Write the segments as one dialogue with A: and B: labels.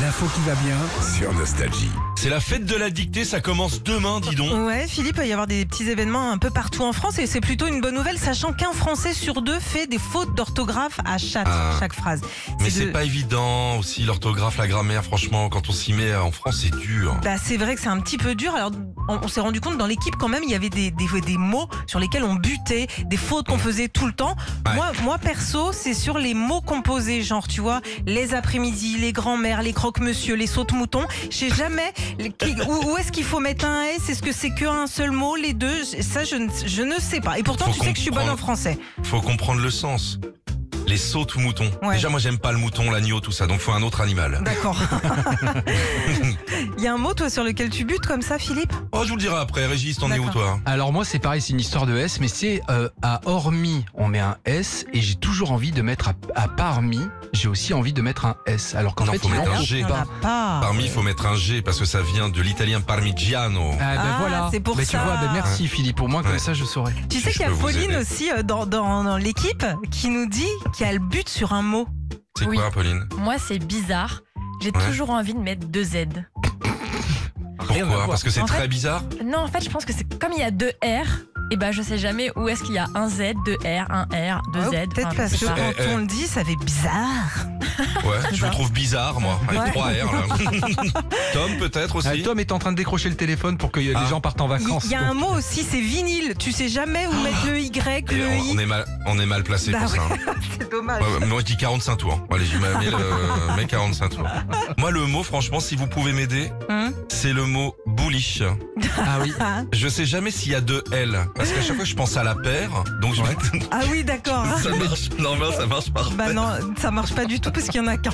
A: l'info qui va bien.
B: sur Nostalgie.
C: C'est la fête de la dictée, ça commence demain, dis donc.
D: Ouais, Philippe, il va y avoir des petits événements un peu partout en France et c'est plutôt une bonne nouvelle, sachant qu'un Français sur deux fait des fautes d'orthographe à chaque,
C: Ah.
D: chaque phrase.
C: Mais
D: de-
C: c'est pas évident aussi l'orthographe, la grammaire, franchement, quand on s'y met en France, c'est dur.
D: Bah, c'est vrai que c'est un petit peu dur. Alors, on, on s'est rendu compte dans l'équipe quand même, il y avait des, des, des mots sur lesquels on butait, des fautes qu'on faisait tout le temps.
C: Ouais.
D: Moi, moi, perso, c'est sur les mots composés, genre, tu vois, les après-midi, les grands-mères, les croque-monsieur, les sautes-moutons. Je sais jamais les- qui- où, où est-ce qu'il faut mettre un S, est-ce que c'est qu'un seul mot, les deux Ça, je, ne- je ne sais pas. Et pourtant,
C: Faut
D: tu sais que je suis bonne en
C: comprendre.
D: français.
C: Faut comprendre le sens. Les sautes moutons.
D: Ouais.
C: Déjà, moi, j'aime pas le mouton, l'agneau, tout ça, donc faut un autre animal.
D: D'accord. Il y a un mot, toi, sur lequel tu butes comme ça, Philippe
C: Oh, je vous le dirai après. Régis, t'en es où,
D: D'accord.
C: toi
E: Alors moi c'est pareil, c'est une histoire de S, mais c'est euh, à hormis, on met un S, et j'ai toujours envie de mettre à, à parmi, j'ai aussi envie de mettre un S. Alors qu'en
C: Non,
E: fait,
C: faut
E: il
C: mettre
E: n'en
C: un
E: faut
C: G.
D: Il y en a
E: pas.
D: pas.
C: Parmi, faut mettre un G parce que ça vient de l'italien parmigiano.
E: Ah, ben
D: Ah,
E: voilà.
D: c'est pour
E: Ben,
D: ça.
E: Tu vois, ben, merci Philippe, pour moi
C: Ouais.
E: comme ça je saurais.
D: Tu
C: Je-
D: sais
C: je
D: qu'il y a
C: peux vous
D: Pauline
C: aider.
D: aussi euh, dans, dans- dans l'équipe qui nous dit qu'elle bute sur un mot.
C: C'est
F: Oui.
C: quoi, Pauline
F: Moi, c'est bizarre. J'ai
C: Ouais.
F: toujours envie de mettre deux Z.
C: Pourquoi
E: Rien à voir.
C: Parce que c'est
F: En
C: très
F: fait-
C: bizarre
F: Non, en fait, je pense que c'est comme il y a deux R, et ben je sais jamais où est-ce qu'il y a un Z, deux R, un R, deux
D: Ah Ouais, ou
F: Z. hein.
D: Peut-être
F: enfin,
D: parce que
F: je sais pas.
D: quand
C: Eh, eh.
D: on le dit, ça fait bizarre.
C: Ouais, je me trouve bizarre, moi, avec
D: Ouais.
C: trois R. là. Tom, peut-être aussi
E: Ah, Tom est en train de décrocher le téléphone pour que euh,
C: Ah.
E: les gens partent en
D: Il
E: vacances.
D: il y a
E: donc.
D: un mot aussi, c'est vinyle. Tu sais jamais où mettre le Y,
C: Et
D: le
C: on, on
D: I.
C: est mal, on est mal placé
D: Bah
C: pour ça. hein.
D: C'est dommage.
C: Ouais, ouais, moi, je dis 45 tours. Allez, je mets le- euh, mets 45 tours. Moi, le mot, franchement, si vous pouvez m'aider,
D: Hein
C: c'est le mot bullish.
E: Ah oui.
D: ah,
C: Je sais jamais s'il y a deux L. Parce qu'à chaque fois, je pense à la paire. Donc, je
E: Ouais.
C: me-
D: ah oui, d'accord.
C: ça marche. Non, mais ça marche pas.
D: Bah non, ça marche pas du tout parce qu'il y en a qu'un.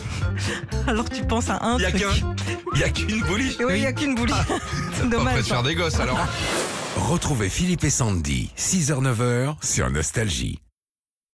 D: Alors tu penses à un
C: Il y a
D: truc.
C: qu'un. Ah. Il y a qu'une bullish.
D: Et oui, il y a qu'une boulie. C'est
C: Pas prêt de
D: dommage.
C: faire des gosses, alors.
B: Retrouvez Philippe et Sandy, 6h-9h sur Nostalgie.